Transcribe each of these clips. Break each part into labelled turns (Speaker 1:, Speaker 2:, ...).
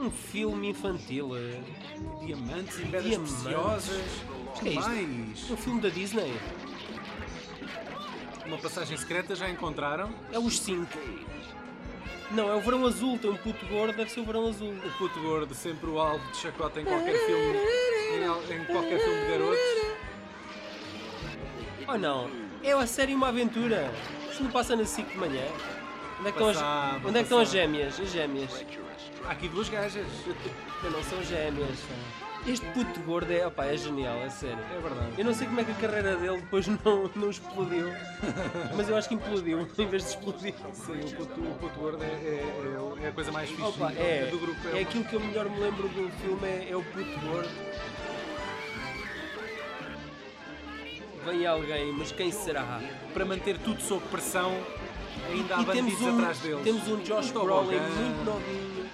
Speaker 1: um filme infantil. eh,
Speaker 2: Diamantes e pedras
Speaker 1: Diamantes.
Speaker 2: preciosas.
Speaker 1: O que é
Speaker 2: Que
Speaker 1: isto?
Speaker 2: mais?
Speaker 1: Um filme da Disney.
Speaker 2: Uma passagem secreta já encontraram?
Speaker 1: É os 5. Não, é o Verão Azul. Tem um puto gordo, deve ser o Verão Azul.
Speaker 2: O puto gordo, sempre o alvo de chacota em qualquer filme. Em, al- em qualquer filme de garotos.
Speaker 1: Oh não, é a série Uma Aventura. Isso não passa nas 5 de manhã. Onde é que, estão as-
Speaker 2: Passava,
Speaker 1: onde é que estão as
Speaker 2: passava.
Speaker 1: gêmeas? As gêmeas.
Speaker 2: Há aqui duas gajas.
Speaker 1: Eu não são gêmeas. pá. Este puto gordo é, opá, é genial, é sério.
Speaker 2: É verdade.
Speaker 1: Eu não sei como é que a carreira dele depois não, não explodiu, mas eu acho que implodiu em vez de explodir.
Speaker 2: Sim, o puto, o puto gordo é, é- é- é a coisa mais fixe
Speaker 1: Opa,
Speaker 2: do-
Speaker 1: é,
Speaker 2: do grupo.
Speaker 1: é
Speaker 2: o-
Speaker 1: aquilo que eu melhor me lembro do filme, é, é o puto gordo. Vem alguém, mas quem será?
Speaker 2: Para manter tudo sob pressão, ainda há
Speaker 1: E
Speaker 2: bandidos
Speaker 1: temos um,
Speaker 2: atrás deles.
Speaker 1: temos um Josh
Speaker 2: tobogã.
Speaker 1: Brolin muito novinho.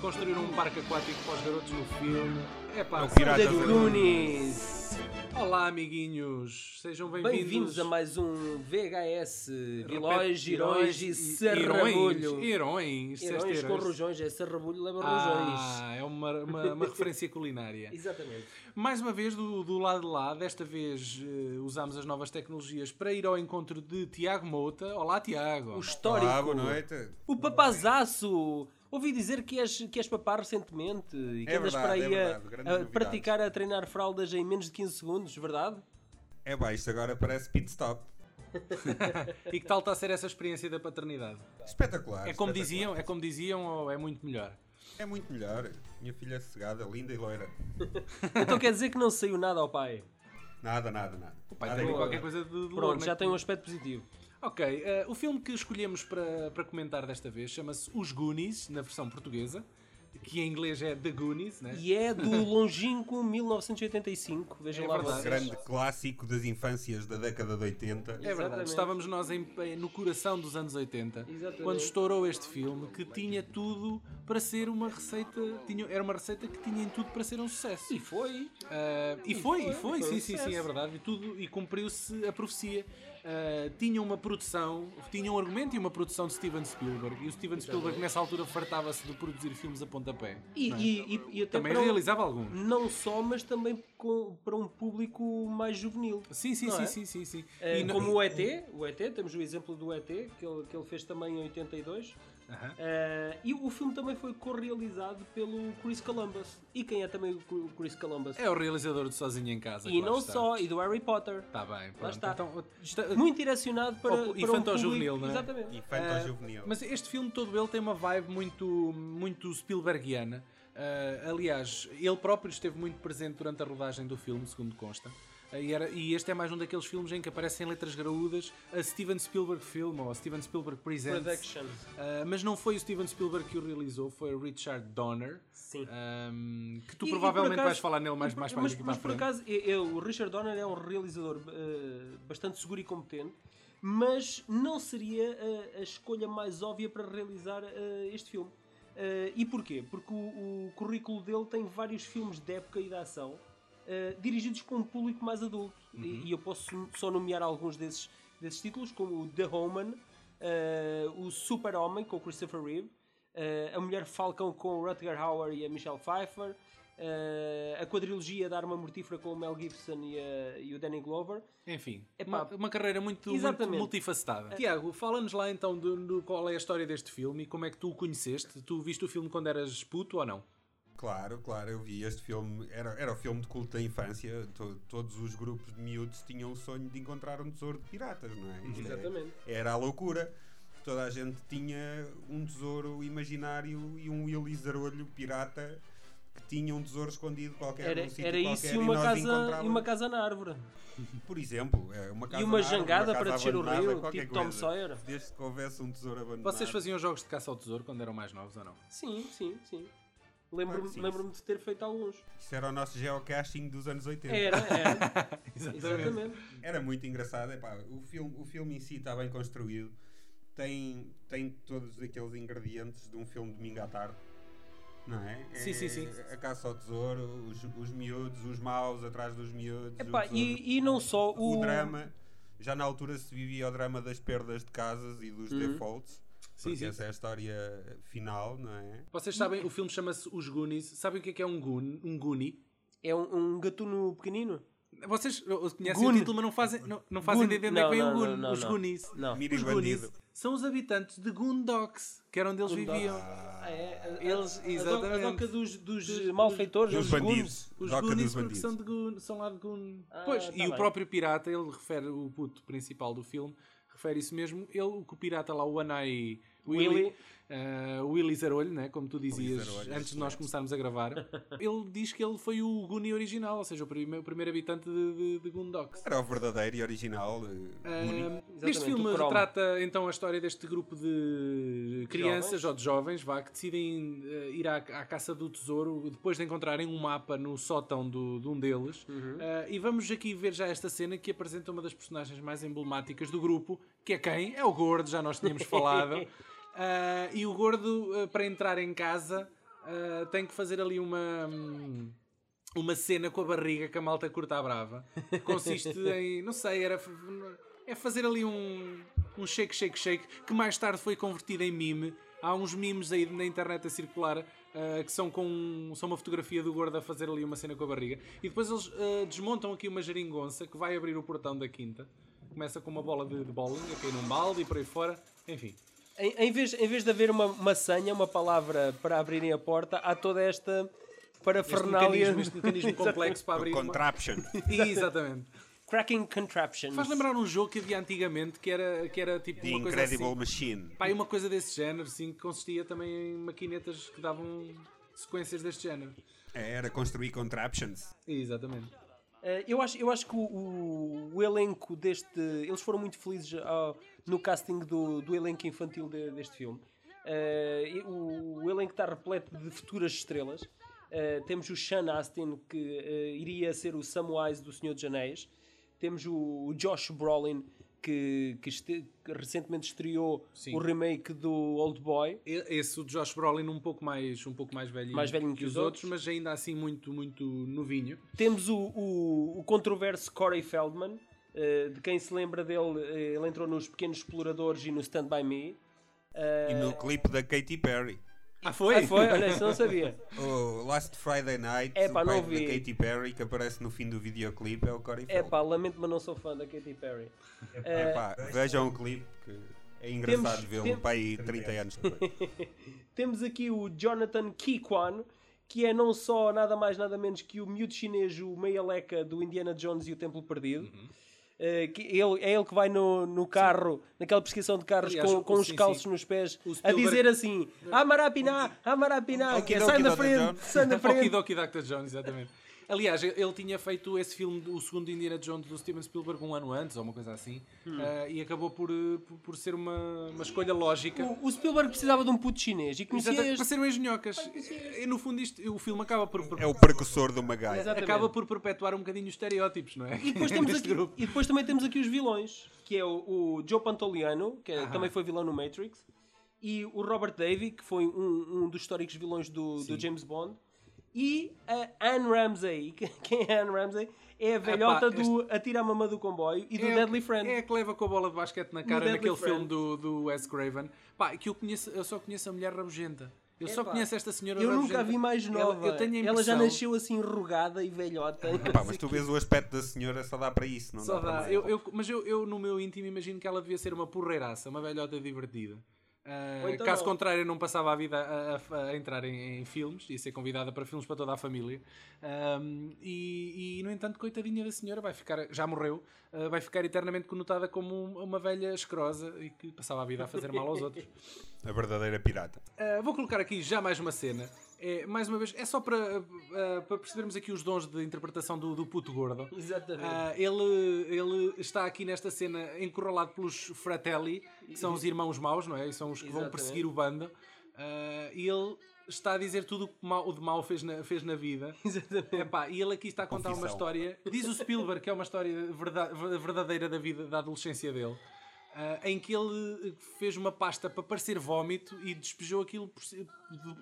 Speaker 2: Construir um parque aquático para os garotos no filme. É pá,
Speaker 3: É o
Speaker 2: são-
Speaker 3: pirata.
Speaker 1: The Goonies!
Speaker 2: Olá, amiguinhos. Sejam bem-vindos.
Speaker 1: Bem-vindos a mais um VHS Vilões,
Speaker 2: Repete,
Speaker 1: Girões e Serrabulho.
Speaker 2: Heróis. Heróis. disseste
Speaker 1: Heróis com
Speaker 2: heróis.
Speaker 1: rojões, é Serrabulho leva rojões.
Speaker 2: Ah, é uma, uma, uma referência culinária.
Speaker 1: Exatamente.
Speaker 2: Mais uma vez, do, do lado de lá, desta vez eh, usámos as novas tecnologias para ir ao encontro de Tiago Mouta. Olá, Tiago.
Speaker 1: O histórico.
Speaker 3: Olá, Ah, boa noite.
Speaker 1: O papazaço! Ouvi dizer que és, que és papá recentemente e que
Speaker 3: É
Speaker 1: andas
Speaker 3: verdade,
Speaker 1: para aí
Speaker 3: é verdade,
Speaker 1: a-
Speaker 3: grandes
Speaker 1: a,
Speaker 3: novidades.
Speaker 1: praticar a treinar fraldas em menos de 15 segundos, verdade?
Speaker 3: É pá, isto agora parece pit stop.
Speaker 2: E que tal está a ser essa experiência da paternidade?
Speaker 3: Espetacular.
Speaker 2: É como
Speaker 3: espetacular.
Speaker 2: diziam, é como diziam ou é muito melhor?
Speaker 3: É muito melhor. Minha filha é sossegada, linda e loira.
Speaker 1: Então quer dizer que não saiu nada ao pai.
Speaker 3: Nada, nada, nada.
Speaker 2: O pai
Speaker 3: Nada
Speaker 2: tem
Speaker 3: igual.
Speaker 2: qualquer coisa de, de louro,
Speaker 1: Pronto,
Speaker 2: né?
Speaker 1: já tem um aspecto positivo.
Speaker 2: Ok, eh, o filme que escolhemos para, para comentar desta vez chama-se Os Goonies, na versão portuguesa, que em inglês é The Goonies, né?
Speaker 1: E é do longínquo 1985, vejam
Speaker 2: É
Speaker 1: lá
Speaker 2: verdade.
Speaker 1: vocês.
Speaker 3: Grande clássico das infâncias da década de 80.
Speaker 2: É verdade,
Speaker 1: Exatamente.
Speaker 2: estávamos nós em- em- no coração dos anos 80,
Speaker 1: Exatamente.
Speaker 2: quando estourou este filme, que tinha tudo para ser uma receita, tinha- era uma receita que tinha em tudo para ser um sucesso.
Speaker 1: E foi.
Speaker 2: Ah, e, foi, e foi,
Speaker 1: foi
Speaker 2: sim,
Speaker 1: um
Speaker 2: sim, sim,
Speaker 1: sucesso.
Speaker 2: é verdade. E, tudo, e cumpriu-se a profecia. Ah, tinha uma produção, tinha um argumento e uma produção de Steven Spielberg. E o Steven Spielberg, nessa altura, fartava-se de produzir filmes a pontapé.
Speaker 1: E,
Speaker 2: não é?
Speaker 1: e, e, e até
Speaker 2: Também
Speaker 1: para um-
Speaker 2: realizava alguns.
Speaker 1: Não só, mas também com- para um público mais juvenil.
Speaker 2: Sim, sim,
Speaker 1: Não
Speaker 2: sim,
Speaker 1: é?
Speaker 2: sim, sim, sim.
Speaker 1: Eh,
Speaker 2: E não-
Speaker 1: como o ET, o ET, temos o exemplo do ET, que ele, que ele fez também em 82.
Speaker 2: Aham.
Speaker 1: Eh, e o filme também foi correalizado pelo Chris Columbus. E quem é também o Cru- Chris Columbus?
Speaker 2: É o realizador de Sozinho em Casa.
Speaker 1: e
Speaker 2: claro
Speaker 1: não
Speaker 2: está.
Speaker 1: só, e do Harry Potter.
Speaker 2: Está bem, pronto.
Speaker 1: está.
Speaker 2: Então, está- Oh,
Speaker 1: Muito direcionado para,
Speaker 2: Ou-
Speaker 1: para um
Speaker 2: infantil
Speaker 1: público-
Speaker 2: juvenil, não é?
Speaker 1: Exatamente.
Speaker 3: Infanto ou juvenil.
Speaker 2: Mas este filme todo ele tem uma vibe muito, muito Spielbergiana. Ah, aliás, ele próprio esteve muito presente durante a rodagem do filme, segundo consta. Ah, e, era- e este é mais um daqueles filmes em que aparecem letras graúdas a Steven Spielberg Film ou a Steven Spielberg Presents.
Speaker 1: Production.
Speaker 2: Ah, mas não foi o Steven Spielberg que o realizou, foi o Richard Donner.
Speaker 1: Sim.
Speaker 2: ah, que tu
Speaker 1: E- e por
Speaker 2: provavelmente
Speaker 1: acaso-
Speaker 2: vais falar nele mais,
Speaker 1: e por-
Speaker 2: mais para
Speaker 1: mas,
Speaker 2: aqui
Speaker 1: mas
Speaker 2: para
Speaker 1: por
Speaker 2: a frente.
Speaker 1: acaso, eu- eu- o Richard Donner é um realizador eh, bastante seguro e competente, mas não seria eh, a, a escolha mais óbvia para realizar eh, este filme. Eh, e porquê? Porque o, o currículo dele tem vários filmes de época e de ação eh, dirigidos para um público mais adulto.
Speaker 2: Uhum.
Speaker 1: E, e eu posso só nomear alguns desses, desses títulos, como o The Homan, eh, o Super-Homem com o Christopher Reeve, eh, A Mulher Falcão com o Rutger Hauer e a Michelle Pfeiffer, eh, a quadrilogia da Arma Mortífera com o Mel Gibson e, a- e o Danny Glover.
Speaker 2: Enfim,
Speaker 1: Epá,
Speaker 2: uma, uma carreira muito, muito
Speaker 1: exatamente.
Speaker 2: multifacetada. Eh, Tiago, fala-nos lá então do, do- qual é a história deste filme e como é que tu o conheceste. Tu viste o filme quando eras puto ou não?
Speaker 3: Claro, claro, eu vi este filme. Era, era o filme de culto da infância. To- todos os grupos de miúdos tinham o sonho de encontrar um tesouro de piratas, não é? Isto é-
Speaker 1: Exatamente.
Speaker 3: Era a loucura. Toda a gente tinha um tesouro imaginário e um Elizarolho pirata que tinha um tesouro escondido qualquer
Speaker 1: Era,
Speaker 3: num sítio
Speaker 1: era isso
Speaker 3: qualquer,
Speaker 1: e uma,
Speaker 3: nós
Speaker 1: casa, e
Speaker 3: encontrávamos,
Speaker 1: uma casa na árvore.
Speaker 3: Por exemplo, é, uma casa
Speaker 1: uma
Speaker 3: na árvore,
Speaker 1: jangada
Speaker 3: casa
Speaker 1: para descer o
Speaker 3: abandonada,
Speaker 1: rio,
Speaker 3: qualquer
Speaker 1: tipo Tom
Speaker 3: coisa.
Speaker 1: Sawyer.
Speaker 3: Desde que houvesse um tesouro abandonado.
Speaker 2: Vocês faziam jogos de caça ao tesouro quando eram mais novos ou não?
Speaker 1: Sim, sim, sim. Lembro-me
Speaker 3: Claro que sim.
Speaker 1: lembro-me de ter feito alguns.
Speaker 3: Isso era o nosso geocaching dos anos 80.
Speaker 1: Era, era. Exatamente.
Speaker 3: Era muito engraçado. epá, o, filme, o filme em si está bem construído. Tem, tem todos aqueles ingredientes de um filme de domingo à tarde. Não é?
Speaker 2: Sim,
Speaker 3: É
Speaker 2: sim, sim.
Speaker 3: A caça ao tesouro, os, os miúdos, os maus atrás dos miúdos. o
Speaker 1: Epá,
Speaker 3: tesouro.
Speaker 1: e, e não só
Speaker 3: o...
Speaker 1: o.
Speaker 3: drama. Já na altura se vivia o drama das perdas de casas e dos defaults.
Speaker 2: Uhum. Sim,
Speaker 3: porque
Speaker 2: sim.
Speaker 3: essa é a história final, não é?
Speaker 2: Vocês sabem, o filme chama-se Os Goonies. Sabem o que é que é um Goonie? Um Goonie?
Speaker 1: É um, um gatuno pequenino?
Speaker 2: Vocês uh, conhecem o
Speaker 1: Goon.
Speaker 2: título, mas não fazem, não, não fazem
Speaker 1: Goon.
Speaker 2: ideia de onde é que
Speaker 1: Não,
Speaker 2: vem um
Speaker 1: não,
Speaker 2: Goon.
Speaker 1: não, não,
Speaker 2: Os
Speaker 1: não.
Speaker 2: Goonies.
Speaker 1: Não.
Speaker 3: Mira
Speaker 2: Os
Speaker 3: e
Speaker 2: Goonies
Speaker 3: bandido.
Speaker 2: são os habitantes de Goondocks, que era onde eles
Speaker 1: Goondocks.
Speaker 2: viviam.
Speaker 3: Ah.
Speaker 2: Eles-
Speaker 1: eles,
Speaker 2: exatamente.
Speaker 1: É, A doca dos, dos
Speaker 2: Dos-
Speaker 1: malfeitores,
Speaker 3: Dos
Speaker 1: os goons.
Speaker 3: bandidos.
Speaker 2: Os
Speaker 3: Doca
Speaker 2: Goonies
Speaker 3: dos
Speaker 2: porque
Speaker 3: bandidos.
Speaker 2: são, de Goon, são lá de Goon.
Speaker 1: Ah,
Speaker 2: pois,
Speaker 1: tá
Speaker 2: e o
Speaker 1: bem.
Speaker 2: próprio pirata, ele refere, o puto principal do filme, refere isso mesmo. Ele, o que o pirata lá, o Anai Willy,
Speaker 1: Willy.
Speaker 2: ah, o Willy Zarolho, né, como tu dizias
Speaker 3: Zarolho,
Speaker 2: antes de nós começarmos a gravar, ele diz que ele foi o Goonie original, ou seja, o primeiro, o primeiro habitante de, de, de Goondocks.
Speaker 3: Era o verdadeiro e original. eh, único.
Speaker 2: Ah, este
Speaker 1: Exatamente,
Speaker 2: filme
Speaker 1: o Chrome.
Speaker 2: retrata então a história deste grupo de crianças
Speaker 1: Jovens.
Speaker 2: ou de jovens vá, que decidem eh, ir à, à caça do tesouro depois de encontrarem um mapa no sótão do- de um deles.
Speaker 1: Uhum.
Speaker 2: Ah, e vamos aqui ver já esta cena que apresenta uma das personagens mais emblemáticas do grupo, que é quem? É o gordo, já nós tínhamos falado. Ah, e o gordo, ah, para entrar em casa, ah, tem que fazer ali uma. hum, uma cena com a barriga que a malta curta à brava. que Consiste em, não sei, era f- é fazer ali um, um shake, shake, shake, que mais tarde foi convertido em meme. Há uns memes aí na internet a circular ah, que são com são uma fotografia do gordo a fazer ali uma cena com a barriga. E depois eles ah, desmontam aqui uma geringonça que vai abrir o portão da quinta. Começa com uma bola de, de bowling, a cair num balde e por aí fora. Enfim.
Speaker 1: Em, em vez, em vez de haver uma, uma senha, uma palavra para abrirem a porta, há toda esta
Speaker 2: Este
Speaker 1: parafernália.
Speaker 2: mecanismo, este mecanismo complexo para abrir. Uma...
Speaker 3: Contraption.
Speaker 2: Exatamente.
Speaker 1: Cracking contraptions.
Speaker 2: Faz lembrar um jogo que havia antigamente que era, que era tipo
Speaker 3: The
Speaker 2: uma coisa assim.
Speaker 3: Incredible Machine.
Speaker 2: Pá, e uma coisa desse género, sim, que consistia também em maquinetas que davam sequências deste género.
Speaker 3: É, Era construir contraptions.
Speaker 2: Exatamente.
Speaker 1: Eh, eu, acho, eu acho que o, o- o elenco deste. Eles foram muito felizes ao- no casting do, do elenco infantil de- deste filme. Eh, e o, o elenco está repleto de futuras estrelas. Eh, temos o Sean Astin, que eh, iria ser o Samwise do Senhor dos Anéis. Temos o, o Josh Brolin, que, que este- que recentemente estreou
Speaker 2: Sim.
Speaker 1: o remake do Old Boy.
Speaker 2: E- Esse, o Josh Brolin, um pouco mais, um pouco mais velhinho,
Speaker 1: Mais velhinho que os outros.
Speaker 2: mas ainda assim muito, muito novinho.
Speaker 1: Temos o, o, o controverso Corey Feldman, eh, de quem se lembra dele, eh, ele entrou nos Pequenos Exploradores e no Stand By Me. Eh,
Speaker 3: E no clipe da Katy Perry.
Speaker 2: Ah, foi?
Speaker 1: Ah, foi? Olha, isso eu não sabia.
Speaker 3: O Last Friday Night,
Speaker 1: É,
Speaker 3: o
Speaker 1: pá,
Speaker 3: pai
Speaker 1: não
Speaker 3: da
Speaker 1: vi.
Speaker 3: Katy Perry que aparece no fim do videoclipe é o Corey
Speaker 1: É
Speaker 3: Feldman.
Speaker 1: pá, lamento, mas não sou fã da Katy Perry.
Speaker 3: É pá, vejam o clipe que é engraçado
Speaker 1: Temos-
Speaker 3: vê-lo
Speaker 1: tem-
Speaker 3: para aí 30 anos depois.
Speaker 1: Temos aqui o Jonathan Ki Kwan, que é não só nada mais nada menos que o miúdo chinês, o meia-leca do Indiana Jones e o Templo Perdido.
Speaker 2: Uhum.
Speaker 1: Eh, que ele, é ele que vai no, no carro, naquela prescrição de carros,
Speaker 2: Aliás,
Speaker 1: com, com
Speaker 2: sim,
Speaker 1: os
Speaker 2: sim.
Speaker 1: calços nos pés,
Speaker 2: O
Speaker 1: a
Speaker 2: Spielberg-
Speaker 1: dizer assim: Amarapiná, Amarapiná,
Speaker 3: Okidoki,
Speaker 1: sai da
Speaker 3: Dr.
Speaker 1: frente,
Speaker 3: John."
Speaker 1: sai da frente.
Speaker 2: Okidoki Dr. John, exatamente. Aliás, ele- ele tinha feito esse filme, do- o segundo Indiana Jones do Steven Spielberg, um ano antes, ou uma coisa assim,
Speaker 1: Hum.
Speaker 2: ah, e acabou por, eh, por, por ser uma, uma escolha lógica.
Speaker 1: O, o Spielberg precisava de um puto chinês e conhecia
Speaker 2: Exatamente, para
Speaker 1: este.
Speaker 2: serem engenhocas. E, no fundo, isto, o filme acaba por, por-
Speaker 3: É o precursor do Magai.
Speaker 1: Exatamente.
Speaker 2: acaba por perpetuar um bocadinho os estereótipos, não é?
Speaker 1: E depois, temos
Speaker 2: Neste
Speaker 1: aqui, e depois também temos aqui os vilões, que é o, o Joe Pantoliano, que é- também foi vilão no Matrix, e o Robert Davy, que foi um, um dos históricos vilões do, do James Bond, e a Anne Ramsey. Que- Quem é a Anne Ramsey? É a velhota do Atira a Mama do Comboio e do
Speaker 2: É-
Speaker 1: Deadly Friend.
Speaker 2: É a que leva com a bola de basquete na cara
Speaker 1: Deadly
Speaker 2: naquele
Speaker 1: Friend.
Speaker 2: filme do, do Wes Craven. Pá, que eu, conheço, eu só conheço a mulher rabugenta. Eu só
Speaker 1: Epá,
Speaker 2: conheço esta senhora
Speaker 1: eu
Speaker 2: rabugenta.
Speaker 1: nunca a vi mais
Speaker 2: Ela-
Speaker 1: nova.
Speaker 2: eu tenho a
Speaker 1: Ela já
Speaker 2: impressão-
Speaker 1: nasceu assim enrugada e velhota.
Speaker 3: Pá, mas tu vês o aspecto da senhora, só dá para isso, não
Speaker 2: Só
Speaker 3: dá, para
Speaker 2: dá.
Speaker 3: mais.
Speaker 2: Eu, eu- mas eu, eu, no meu íntimo, imagino que ela devia ser uma porreiraça, uma velhota divertida. Ah,
Speaker 1: Ou então
Speaker 2: caso
Speaker 1: não.
Speaker 2: contrário, não passava a vida a, a- a entrar em, em filmes e ser convidada para filmes para toda a família. Ahm, e, e, no entanto, coitadinha da senhora, vai ficar, já morreu, ah, vai ficar eternamente conotada como um- uma velha escrosa e que passava a vida a fazer mal aos outros.
Speaker 3: A verdadeira pirata.
Speaker 2: Uh, vou colocar aqui já mais uma cena. É, mais uma vez, é só para, uh, uh, para percebermos aqui os dons de interpretação do, do puto gordo.
Speaker 1: Exatamente.
Speaker 2: Uh, ele, ele está aqui nesta cena encurralado pelos Fratelli, que são os irmãos maus, não é? E são os que vão
Speaker 1: Exatamente.
Speaker 2: perseguir o bando. Uh, e ele está a dizer tudo o que mau- o de mal fez na, fez na vida.
Speaker 1: Exatamente.
Speaker 2: Epá, e ele aqui está a contar uma
Speaker 3: Confissão.
Speaker 2: história. Diz o Spielberg que é uma história verda- verdadeira da vida, da adolescência dele. ah, em que ele fez uma pasta para parecer vómito e despejou aquilo por ci-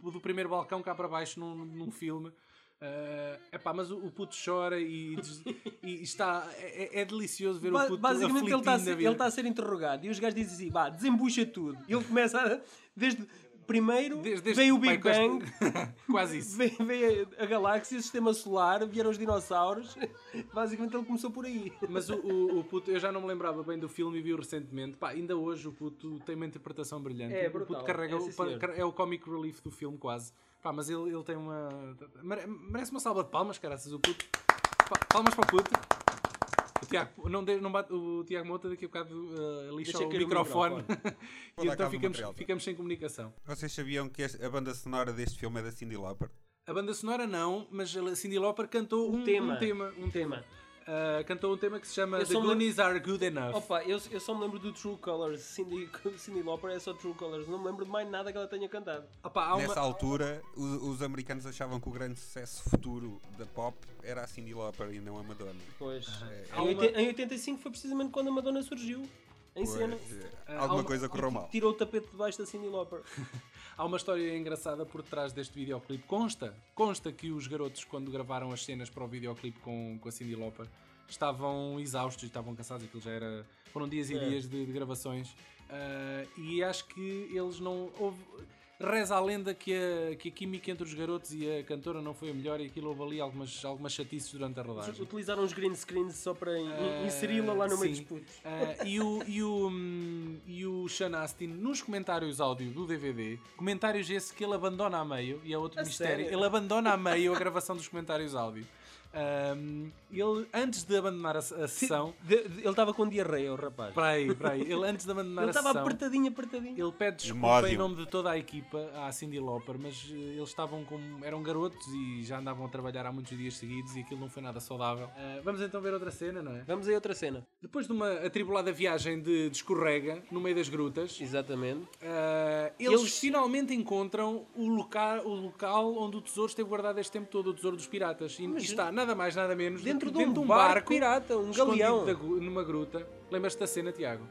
Speaker 2: do, do primeiro balcão cá para baixo num, num filme. É epá, mas o, o puto chora e, des- e está. É, é delicioso ver o
Speaker 1: Ba-
Speaker 2: puto
Speaker 1: basicamente ele está, a ser,
Speaker 2: aflitindo na
Speaker 1: ele
Speaker 2: vida.
Speaker 1: está assim, a ser interrogado e os gajos dizem assim, vá, desembucha tudo. Ele começa a, desde primeiro
Speaker 2: Desde- desde
Speaker 1: veio o
Speaker 2: que
Speaker 1: Big
Speaker 2: pai
Speaker 1: Bang,
Speaker 2: Costa- Quase isso.
Speaker 1: veio, veio a galáxia, o sistema solar, vieram os dinossauros. Basicamente ele começou por aí.
Speaker 2: Mas o, o, o puto, eu já não me lembrava bem do filme e vi-o recentemente. Pá, ainda hoje o puto tem uma interpretação brilhante.
Speaker 1: É,
Speaker 2: o puto
Speaker 1: brutal.
Speaker 2: carrega
Speaker 1: É,
Speaker 2: o-
Speaker 1: sim, senhor.
Speaker 2: car- é o comic relief do filme, quase. Pá, mas ele, ele tem uma. mere- Merece uma salva de palmas, caraças, o puto. Pa- Palmas para o puto. O Tiago, não, de- não bate- o Tiago Mota daqui a bocado uh, lixa
Speaker 1: Deixa
Speaker 2: o
Speaker 1: cair o
Speaker 2: microfone.
Speaker 3: Vou
Speaker 2: e
Speaker 3: dar cabo
Speaker 2: então
Speaker 3: do
Speaker 2: ficamos,
Speaker 3: material. tá?
Speaker 2: ficamos sem comunicação.
Speaker 3: Vocês sabiam que este- a banda sonora deste filme é da Cindy Lauper?
Speaker 2: A banda sonora não, mas a Cindy Lauper cantou um, um tema.
Speaker 1: tema.
Speaker 2: Um tema,
Speaker 1: Um tema.
Speaker 2: Uh, cantou um tema que se chama
Speaker 1: Eu
Speaker 2: The
Speaker 1: só me lem-
Speaker 2: Goonies Are Good Enough.
Speaker 1: Opa, eu, eu só me lembro do True Colors, Cindy, Cindy Lauper é só True Colors, não me lembro de mais nada que ela tenha cantado.
Speaker 2: Opa, há uma-
Speaker 3: Nessa altura, o- os, americanos achavam que o grande sucesso futuro da pop era a Cindy Lauper e não a Madonna.
Speaker 1: Pois.
Speaker 2: Há
Speaker 1: Em,
Speaker 2: Ah, é uma-
Speaker 1: oiten- em 85 foi precisamente quando a Madonna surgiu em
Speaker 3: Pois,
Speaker 1: cena.
Speaker 3: eh,
Speaker 2: Ah, há
Speaker 3: alguma
Speaker 2: uma-
Speaker 3: coisa correu mal.
Speaker 1: Tirou o tapete debaixo da Cindy Lauper.
Speaker 2: Há uma história engraçada por trás deste videoclipe. Consta, consta que os garotos, quando gravaram as cenas para o videoclipe com, com a Cindy Lauper, estavam exaustos, e estavam cansados, aquilo já era... Foram dias e
Speaker 1: É.
Speaker 2: dias de, de gravações. Ah, e acho que eles não... Houve, reza a lenda que a, que a química entre os garotos e a cantora não foi a melhor e aquilo houve ali algumas, algumas chatices durante a
Speaker 1: Eles
Speaker 2: rodagem.
Speaker 1: Utilizaram os green screens só para in-
Speaker 2: Ah,
Speaker 1: inseri-la lá no meio
Speaker 2: sim.
Speaker 1: dos putos.
Speaker 2: Ah, e, o, e, o, hum, e o Sean Astin, nos comentários áudio do DVD, comentários esse que ele abandona a meio, e é outro
Speaker 1: A
Speaker 2: mistério,
Speaker 1: sério?
Speaker 2: ele abandona a meio a gravação dos comentários áudio. Ahm, ele, antes de abandonar a, a sessão,
Speaker 1: De- de- ele estava com diarreia, o rapaz.
Speaker 2: para aí, para aí, ele antes de abandonar
Speaker 1: Ele
Speaker 2: a
Speaker 1: estava
Speaker 2: sessão,
Speaker 1: apertadinho, apertadinho.
Speaker 2: ele pede desculpa
Speaker 3: Demódio.
Speaker 2: em nome de toda a equipa à Cindy Lauper, mas eh, eles estavam como eram garotos e já andavam a trabalhar há muitos dias seguidos e aquilo não foi nada saudável. Ah, vamos então ver outra cena, não é?
Speaker 1: Vamos aí a outra cena.
Speaker 2: Depois de uma atribulada viagem de, de escorrega no meio das grutas,
Speaker 1: Exatamente.
Speaker 2: ah, eles,
Speaker 1: Eles-
Speaker 2: finalmente encontram o local, o local onde o tesouro esteve guardado este tempo todo, o tesouro dos piratas. E, e está nada mais, nada menos do
Speaker 1: Dentro
Speaker 2: que
Speaker 1: de um barco pirata, um
Speaker 2: escondido
Speaker 1: galeão.
Speaker 2: da gu- numa gruta. Lembras-te da cena, Tiago?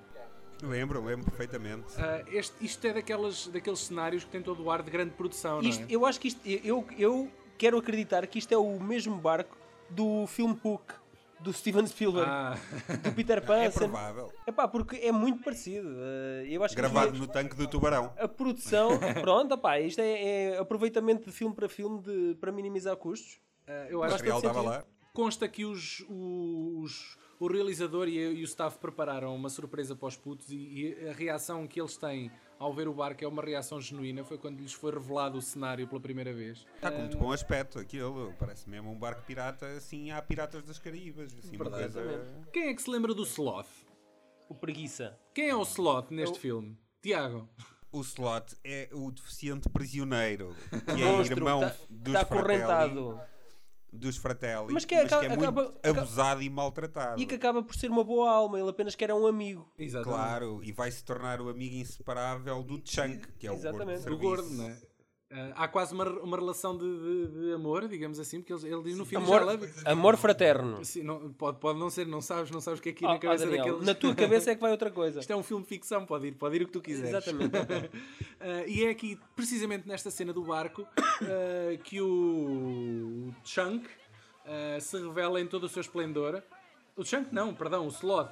Speaker 3: Lembro, lembro perfeitamente.
Speaker 2: Ah, este- isto é daquelas, daqueles cenários que tem todo o ar de grande produção,
Speaker 1: Isto,
Speaker 2: não é?
Speaker 1: eu acho que isto. Eu, eu quero acreditar que isto é o mesmo barco do filme Hook, do Steven Spielberg,
Speaker 2: Ah,
Speaker 1: do Peter Pan.
Speaker 3: É
Speaker 1: sempre-
Speaker 3: provável.
Speaker 1: Epá, porque é muito parecido. Eh, Eu acho que eles-
Speaker 3: Gravado no tanque do tubarão.
Speaker 1: a produção, pronto, opá, isto é, é aproveitamento de filme para filme de- para minimizar custos.
Speaker 2: ah, eu
Speaker 3: O
Speaker 2: acho
Speaker 3: material
Speaker 1: todo
Speaker 3: estava lá.
Speaker 1: sentido.
Speaker 2: Consta que os, os- o realizador e, e o staff prepararam uma surpresa para os putos e, e a reação que eles têm ao ver o barco é uma reação genuína. Foi quando lhes foi revelado o cenário pela primeira vez.
Speaker 3: Está com muito
Speaker 1: Ah.
Speaker 3: bom aspecto aquilo. Parece mesmo um barco pirata. Assim, há piratas das Caraíbas. Assim, uma coisa...
Speaker 2: Quem é que se lembra do Sloth?
Speaker 1: O preguiça.
Speaker 2: Quem é o Sloth neste filme? Tiago.
Speaker 3: O slot é o deficiente prisioneiro. Que é
Speaker 1: Monstro,
Speaker 3: irmão
Speaker 1: tá-
Speaker 3: dos
Speaker 1: tá
Speaker 3: Fratelli.
Speaker 1: acorrentado.
Speaker 3: Dos Fratelli.
Speaker 1: Mas
Speaker 3: Mas
Speaker 1: que é-
Speaker 3: que é,
Speaker 1: acaba-
Speaker 3: muito
Speaker 1: acaba- acaba-
Speaker 3: abusado e maltratado.
Speaker 1: E que acaba por ser uma boa alma, ele apenas quer é um amigo.
Speaker 2: Exatamente.
Speaker 3: Claro, e vai se tornar o amigo inseparável do Chunk, que é o
Speaker 1: Exatamente.
Speaker 2: O
Speaker 3: gordo.
Speaker 2: gordo, não é? Ah, há quase uma, uma relação de, de- de amor, digamos assim, porque ele, ele diz no filme
Speaker 1: Amor,
Speaker 2: já love.
Speaker 1: amor fraterno.
Speaker 2: Sim, não, pode, pode não ser, não sabes, não sabes o que é que
Speaker 1: Oh,
Speaker 2: ia na
Speaker 1: oh,
Speaker 2: cabeça
Speaker 1: Daniel,
Speaker 2: daqueles.
Speaker 1: na tua cabeça é que vai outra coisa.
Speaker 2: Isto é um filme de ficção, pode ir, pode ir o que tu quiseres.
Speaker 1: Exatamente.
Speaker 2: Ah, e é aqui, precisamente nesta cena do barco, ah, que o, o Chunk ah, se revela em todo o seu esplendor. O Chunk não, perdão, o Sloth.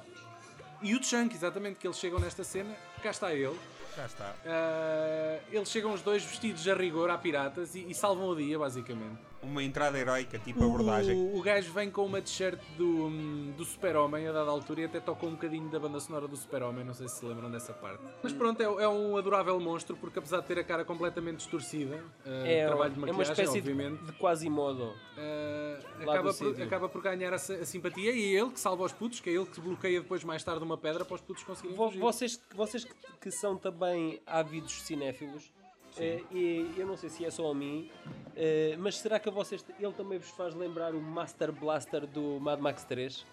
Speaker 2: E o Chunk, exatamente, que eles chegam nesta cena, cá está ele.
Speaker 1: é?
Speaker 3: Já está.
Speaker 2: Ah, eles chegam os dois vestidos a rigor, a piratas, e, e salvam o dia, basicamente.
Speaker 3: Uma entrada heroica,
Speaker 1: Uh.
Speaker 3: tipo abordagem.
Speaker 2: O, o gajo vem com uma t-shirt do, hum, do Super-Homem a dada altura e até toca um bocadinho da banda sonora do Super-Homem, não sei se se lembram dessa parte. Mas pronto, é, é um adorável monstro porque apesar de ter a cara completamente distorcida, uh,
Speaker 1: É,
Speaker 2: trabalho de
Speaker 1: é uma
Speaker 2: maquiagem,
Speaker 1: espécie de,
Speaker 2: obviamente,
Speaker 1: de quasimodo.
Speaker 2: uh,
Speaker 1: Lá
Speaker 2: acaba,
Speaker 1: do
Speaker 2: por,
Speaker 1: sítio.
Speaker 2: acaba por ganhar a, si- a simpatia e é ele que salva os putos, que é ele que bloqueia depois mais tarde uma pedra para os putos conseguirem
Speaker 1: Vo-
Speaker 2: fugir.
Speaker 1: Vocês, vocês que, que são também ávidos cinéfilos, eh, e eu não sei se é só a mim, eh, mas será que a vocês ele também vos faz lembrar o Master Blaster do Mad Max 3?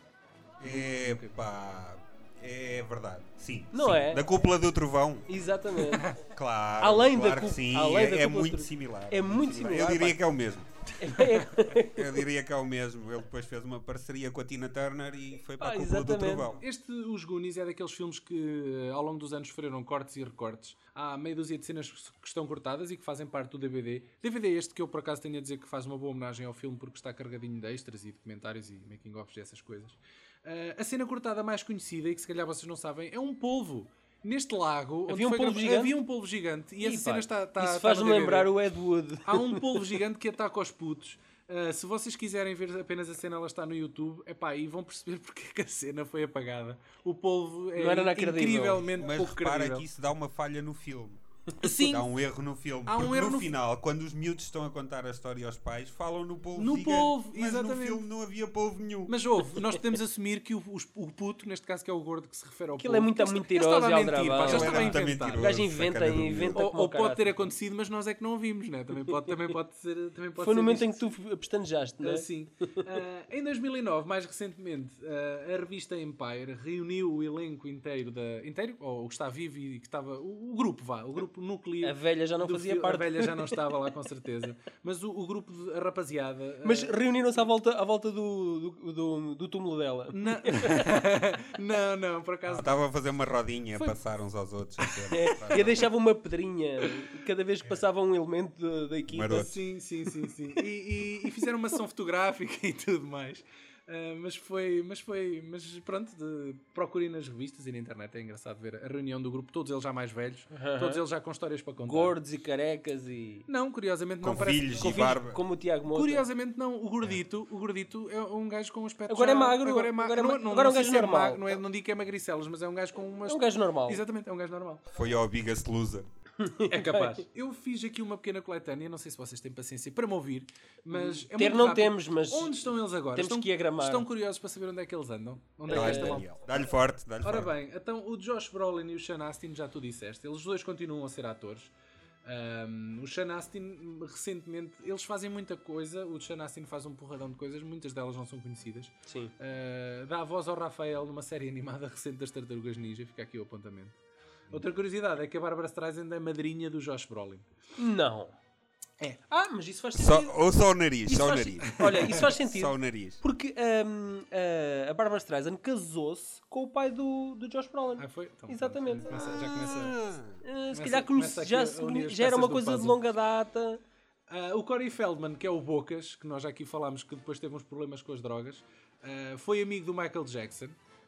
Speaker 3: Epá, é verdade. Sim.
Speaker 1: Não
Speaker 3: sim.
Speaker 1: é?
Speaker 3: Da cúpula do trovão,
Speaker 1: Exatamente.
Speaker 3: claro.
Speaker 1: Além da
Speaker 3: claro
Speaker 1: cú-
Speaker 3: que sim,
Speaker 1: além
Speaker 3: é,
Speaker 1: da
Speaker 3: é
Speaker 1: cúpula do
Speaker 3: muito
Speaker 1: trovão.
Speaker 3: similar.
Speaker 1: É muito similar,
Speaker 3: Eu diria
Speaker 1: pá.
Speaker 3: que é o mesmo. Eu diria que é o mesmo. Ele depois fez uma parceria com a Tina Turner e foi para
Speaker 1: Ah,
Speaker 3: a cúpula do
Speaker 1: exatamente.
Speaker 3: trovão.
Speaker 2: Este Os Goonies é daqueles filmes que eh, ao longo dos anos sofreram cortes e recortes. Há meia dúzia de cenas que estão cortadas e que fazem parte do DVD. DVD é este que eu por acaso tenho a dizer que faz uma boa homenagem ao filme porque está carregadinho de extras e documentários e making-ofs e essas coisas. Ah, a cena cortada mais conhecida e que se calhar vocês não sabem é um polvo. Neste lago onde
Speaker 1: Havia um
Speaker 2: foi
Speaker 1: polvo
Speaker 2: gravado-
Speaker 1: gigante?
Speaker 2: havia um polvo gigante e, essa cena está, está
Speaker 1: isso
Speaker 2: está
Speaker 1: faz-me
Speaker 2: no DVD.
Speaker 1: lembrar o Ed Wood.
Speaker 2: Há um polvo gigante que ataca os putos. Uh, se vocês quiserem ver apenas a cena, ela está no YouTube. Epá, e vão perceber porque é que a cena foi apagada. O polvo é
Speaker 1: Não era nada credível. um
Speaker 2: incrivelmente
Speaker 3: Mas
Speaker 2: pouco
Speaker 3: repara
Speaker 2: credível.
Speaker 3: que isso dá uma falha no filme.
Speaker 2: Sim,
Speaker 3: Dá um erro no filme.
Speaker 2: Há um
Speaker 3: Porque
Speaker 2: erro
Speaker 3: no,
Speaker 2: no fi-
Speaker 3: final, quando os miúdos estão a contar a história aos pais, falam no polvo
Speaker 2: No
Speaker 3: gigante.
Speaker 2: polvo,
Speaker 3: mas
Speaker 2: exatamente.
Speaker 3: no filme não havia polvo nenhum.
Speaker 2: mas houve. Nós podemos assumir que o, os- o puto, neste caso que é o gordo que se refere ao
Speaker 1: Aquilo
Speaker 2: polvo,
Speaker 1: é muito
Speaker 2: que ele- ele
Speaker 1: mentiroso
Speaker 2: estava a
Speaker 1: e Tá
Speaker 2: mentir, pá,
Speaker 1: aldrabão. Ele
Speaker 2: já estava a
Speaker 1: era
Speaker 3: muito
Speaker 2: inventar.
Speaker 1: O
Speaker 3: mentiroso.
Speaker 1: gajo inventa,
Speaker 3: Sacana do
Speaker 1: inventa
Speaker 2: Ou,
Speaker 1: como
Speaker 2: ou
Speaker 1: o caralho.
Speaker 2: pode ter acontecido, mas nós é que não ouvimos, né? Também pode, também pode ser. Também
Speaker 1: Foi
Speaker 2: pode ser
Speaker 1: no momento
Speaker 2: disto.
Speaker 1: em que tu pestanejaste, não é?
Speaker 2: Ah, sim. Ah, em 2009, mais recentemente, ah, a revista Empire reuniu o elenco inteiro, da, inteiro ou o que está vivo e que estava. O, o grupo, vá, o grupo núcleo.
Speaker 1: A velha já não
Speaker 2: do
Speaker 1: fazia
Speaker 2: fil-
Speaker 1: parte.
Speaker 2: A velha já não estava lá, com certeza. Mas o, o grupo, de, a rapaziada. ah,
Speaker 1: Mas reuniram-se à volta, à volta do, do, do- do túmulo dela.
Speaker 2: na- não, não, por acaso.
Speaker 3: Estava a fazer uma rodinha,
Speaker 2: Foi-
Speaker 3: a passar uns aos outros. assim,
Speaker 1: É, e eu deixava uma pedrinha cada vez que passava um elemento da- da equipa.
Speaker 3: Maroto.
Speaker 2: Sim, sim, sim, sim. E, e- e fizeram uma sessão fotográfica e tudo mais. Ah, mas foi, mas foi, mas pronto, de- procurem nas revistas e na internet, é engraçado ver a reunião do grupo, todos eles já mais velhos, todos eles já com histórias para contar.
Speaker 1: Gordos e carecas e.
Speaker 2: Não, curiosamente não
Speaker 3: Com
Speaker 2: parece.
Speaker 3: filhos
Speaker 1: com
Speaker 3: e
Speaker 1: filhos
Speaker 3: barba.
Speaker 1: Como o Tiago Mota.
Speaker 2: Curiosamente não, o gordito, o gordito é um gajo com um aspecto
Speaker 1: Agora é
Speaker 2: já-
Speaker 1: magro,
Speaker 2: agora é magro,
Speaker 1: agora é
Speaker 2: não,
Speaker 1: ma-
Speaker 2: não,
Speaker 1: agora é um
Speaker 2: não sei
Speaker 1: gajo
Speaker 2: se
Speaker 1: normal.
Speaker 2: magro, não, é, não digo que é magricelas, mas é um gajo com umas...
Speaker 1: É um gajo normal.
Speaker 2: Exatamente, é um gajo normal.
Speaker 3: Foi ao Biggest Loser.
Speaker 2: É capaz. Eu fiz aqui uma pequena coletânea, não sei se vocês têm paciência para me ouvir, mas é
Speaker 1: Ter
Speaker 2: muito
Speaker 1: não
Speaker 2: rápido.
Speaker 1: temos, mas
Speaker 2: Onde estão eles agora?
Speaker 1: temos
Speaker 2: estão,
Speaker 1: que ir a gramar.
Speaker 2: Estão curiosos para saber onde é que eles andam? Onde é que
Speaker 3: Dá-lhe,
Speaker 2: eles estão?
Speaker 3: Daniel. Dá-lhe forte, dá-lhe
Speaker 2: Ora
Speaker 3: forte.
Speaker 2: bem, então o Josh Brolin e o Sean Astin, já tu disseste, eles dois continuam a ser atores. Ahm, o Sean Astin, recentemente, eles fazem muita coisa. O Sean Astin faz um porradão de coisas, muitas delas não são conhecidas.
Speaker 1: Sim.
Speaker 2: Uh, dá a voz ao Rafael numa série animada recente das Tartarugas Ninja. Fica aqui o apontamento. Outra curiosidade é que a Barbara Streisand é madrinha do Josh Brolin.
Speaker 1: Não.
Speaker 2: É.
Speaker 1: Ah, mas isso faz
Speaker 3: Só,
Speaker 1: sentido.
Speaker 3: ou só o nariz,
Speaker 1: Isso
Speaker 3: só o
Speaker 1: faz-
Speaker 3: nariz.
Speaker 1: Olha, isso faz sentido.
Speaker 3: Só o nariz.
Speaker 1: Porque hum, a- a Barbara Streisand casou-se com o pai do, do Josh Brolin.
Speaker 2: Ah, foi? Então,
Speaker 1: Exatamente.
Speaker 2: pronto, já começa- já começa.
Speaker 3: Ah,
Speaker 1: Ah, se
Speaker 2: Começa-
Speaker 1: calhar
Speaker 2: começa
Speaker 1: conhece-
Speaker 2: aqui a
Speaker 1: já, se
Speaker 2: unir
Speaker 1: conhe-
Speaker 2: as
Speaker 1: já era uma
Speaker 2: peças do
Speaker 1: coisa de
Speaker 2: puzzle.
Speaker 1: longa data.
Speaker 2: Ah, o Corey Feldman, que é o Bocas, que nós já aqui falámos que depois teve uns problemas com as drogas, ah, foi amigo do Michael Jackson,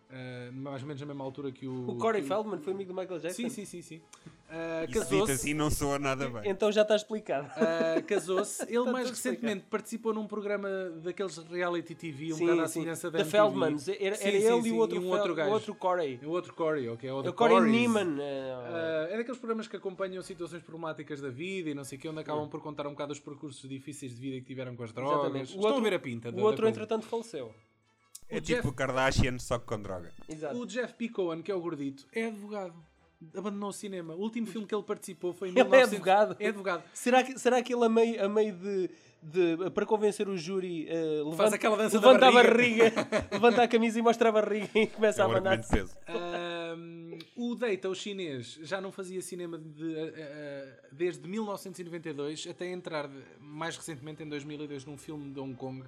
Speaker 2: ah, mais ou menos na mesma altura que o.
Speaker 1: O Corey
Speaker 2: que o-
Speaker 1: Feldman foi amigo do Michael Jackson.
Speaker 2: Sim, sim, sim. sim. Ah,
Speaker 3: isso dito
Speaker 2: Casou-se.
Speaker 3: assim não soa nada bem.
Speaker 1: Então já está explicado.
Speaker 2: ah, Casou-se. Ele
Speaker 1: Está
Speaker 2: mais
Speaker 1: Tá tudo explicado.
Speaker 2: recentemente participou num programa daqueles reality TV, um
Speaker 1: Sim,
Speaker 2: bocado à
Speaker 1: sim.
Speaker 2: semelhança da
Speaker 1: The
Speaker 2: MTV.
Speaker 1: Feldman. Era,
Speaker 2: Sim,
Speaker 1: era
Speaker 2: sim,
Speaker 1: ele
Speaker 2: sim,
Speaker 1: e o outro,
Speaker 2: um outro
Speaker 1: Fel-
Speaker 2: gajo.
Speaker 1: o outro Corey.
Speaker 2: E o outro Corey, ok. O
Speaker 1: O
Speaker 2: The
Speaker 1: Corey
Speaker 2: Corys.
Speaker 1: Neiman. eh,
Speaker 2: Ah, é daqueles programas que acompanham situações problemáticas da vida e não sei o que, onde acabam por contar um bocado os percursos difíceis de vida que tiveram com as drogas.
Speaker 1: exatamente.
Speaker 2: Estão a ver a pinta. da-
Speaker 1: O
Speaker 2: da
Speaker 1: outro,
Speaker 2: coisa.
Speaker 1: entretanto, faleceu.
Speaker 3: É
Speaker 2: Então, o Jeff-
Speaker 3: tipo Kardashian, só que com droga.
Speaker 1: Exato.
Speaker 2: O Jeff P. Cohen, que é o gordito, é advogado. Abandonou o cinema. O último filme que ele participou foi em
Speaker 1: Ele é
Speaker 2: 1900
Speaker 1: advogado?
Speaker 2: É advogado.
Speaker 1: Será, que, será que ele, a meio, a meio de, de- Para convencer o júri, eh, levanta,
Speaker 2: aquela dança da
Speaker 1: levanta
Speaker 2: barriga.
Speaker 1: a barriga, levanta a camisa e mostra a barriga e começa
Speaker 3: É
Speaker 1: a
Speaker 3: um
Speaker 1: mandar.
Speaker 3: argumento de peso.
Speaker 2: Ahm, o Deita, o chinês, já não fazia cinema de- ah, ah, desde 1992 até entrar de- mais recentemente em 2002 num filme de Hong Kong.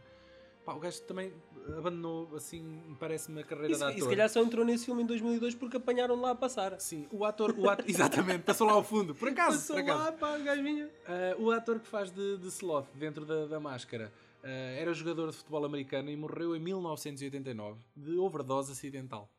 Speaker 2: Pá, o gajo também abandonou, assim, parece-me a carreira
Speaker 1: E
Speaker 2: da
Speaker 1: se, e se
Speaker 2: ator.
Speaker 1: calhar só entrou nesse filme em 2002 porque apanharam lá a passar.
Speaker 2: Sim, o ator, o ator exatamente, passou lá ao fundo. Por acaso,
Speaker 1: Passou
Speaker 2: por acaso.
Speaker 1: lá, pá, o gajo vinha.
Speaker 2: Ah, o ator que faz de, de Sloth dentro da, da máscara ah, era jogador de futebol americano e morreu em 1989 de overdose acidental.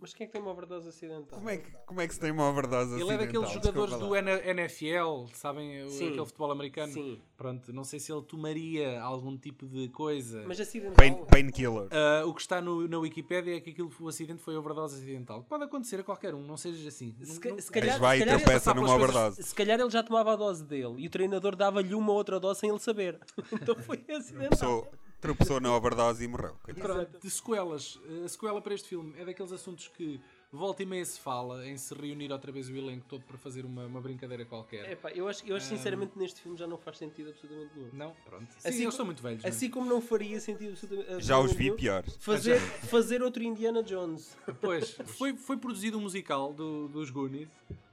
Speaker 1: Mas quem é que tem uma overdose acidental?
Speaker 3: Como é, que, como é que se tem uma overdose
Speaker 2: Ele é daqueles
Speaker 3: acidental?
Speaker 2: jogadores
Speaker 3: Desculpa
Speaker 2: do
Speaker 3: lá.
Speaker 2: N- NFL, sabem? o-
Speaker 1: Sim.
Speaker 2: Aquele futebol americano.
Speaker 1: Sim.
Speaker 2: Pronto, não sei se ele tomaria algum tipo de coisa.
Speaker 1: Mas acidental.
Speaker 3: Pain- Painkiller.
Speaker 2: Ah, o que está no- na Wikipédia é que aquilo, o acidente foi overdose acidental. Pode acontecer a qualquer um, não sejas assim.
Speaker 1: Se,
Speaker 2: Não-
Speaker 1: ca-
Speaker 2: não-
Speaker 1: se
Speaker 3: Mas
Speaker 1: calhar,
Speaker 3: vai
Speaker 1: se
Speaker 3: e
Speaker 1: calhar-
Speaker 3: tropeça
Speaker 2: passar pelas
Speaker 3: numa
Speaker 2: coisas-
Speaker 3: overdose.
Speaker 1: se calhar ele já tomava a dose dele e o treinador dava-lhe uma outra dose sem ele saber. Então foi acidental.
Speaker 3: Pessoa- Tropeçou na overdose e morreu. coitado.
Speaker 2: Pronto, de sequelas. Ah, A sequela para este filme é daqueles assuntos que volta e meia se fala em se reunir outra vez o elenco todo para fazer uma, uma brincadeira qualquer.
Speaker 1: Epá, eu acho, eu acho sinceramente que neste filme já não faz sentido absolutamente nenhum.
Speaker 2: Não? Pronto. Sim,
Speaker 1: Assim
Speaker 2: eles
Speaker 1: co-
Speaker 2: são muito velhos. é?
Speaker 1: Assim como não faria sentido absolutamente
Speaker 3: Já os vi
Speaker 1: nenhum
Speaker 3: piores.
Speaker 1: Fazer, fazer outro Indiana Jones.
Speaker 2: Pois, foi, foi produzido um musical do- dos Goonies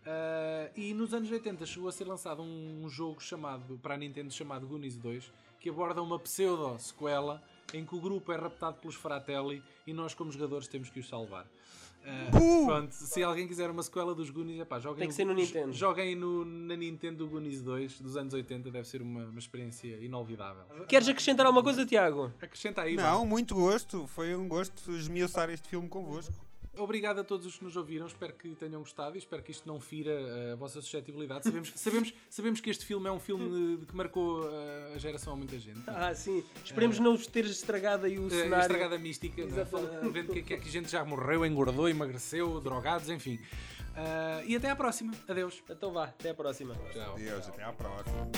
Speaker 2: eh, ah, e nos anos 80 chegou a ser lançado um, um jogo chamado, para a Nintendo chamado Goonies 2, que que aborda uma pseudo-sequela em que o grupo é raptado pelos Fratelli e nós, como jogadores, temos que os salvar. Ah,
Speaker 3: Buh!
Speaker 2: pronto, se alguém quiser uma sequela dos Goonies, epá, joguem,
Speaker 1: Uh! Tem que ser no
Speaker 2: jo-
Speaker 1: Nintendo.
Speaker 2: joguem no- na Nintendo Goonies 2 dos anos 80, deve ser uma, uma experiência inolvidável.
Speaker 1: Queres acrescentar alguma coisa, Tiago?
Speaker 2: Acrescenta aí, vá.
Speaker 3: Não, muito gosto. Foi um gosto esmiuçar este filme convosco.
Speaker 2: Obrigado a todos os que nos ouviram. Espero que tenham gostado e espero que isto não fira eh, a vossa suscetibilidade. Sabemos, sabemos, sabemos que este filme é um filme eh, que marcou eh, a geração a muita gente. é?
Speaker 1: Ah, sim. Esperemos não vos ter É, estragado aí o
Speaker 2: Eh,
Speaker 1: cenário.
Speaker 2: estragada mística, não é?
Speaker 1: Exatamente.
Speaker 2: vendo que, que a gente já morreu, engordou, emagreceu, drogados, enfim. Ah, e até à próxima. Adeus.
Speaker 1: Então vá, até à próxima.
Speaker 2: Tchau.
Speaker 3: Deus, até à próxima.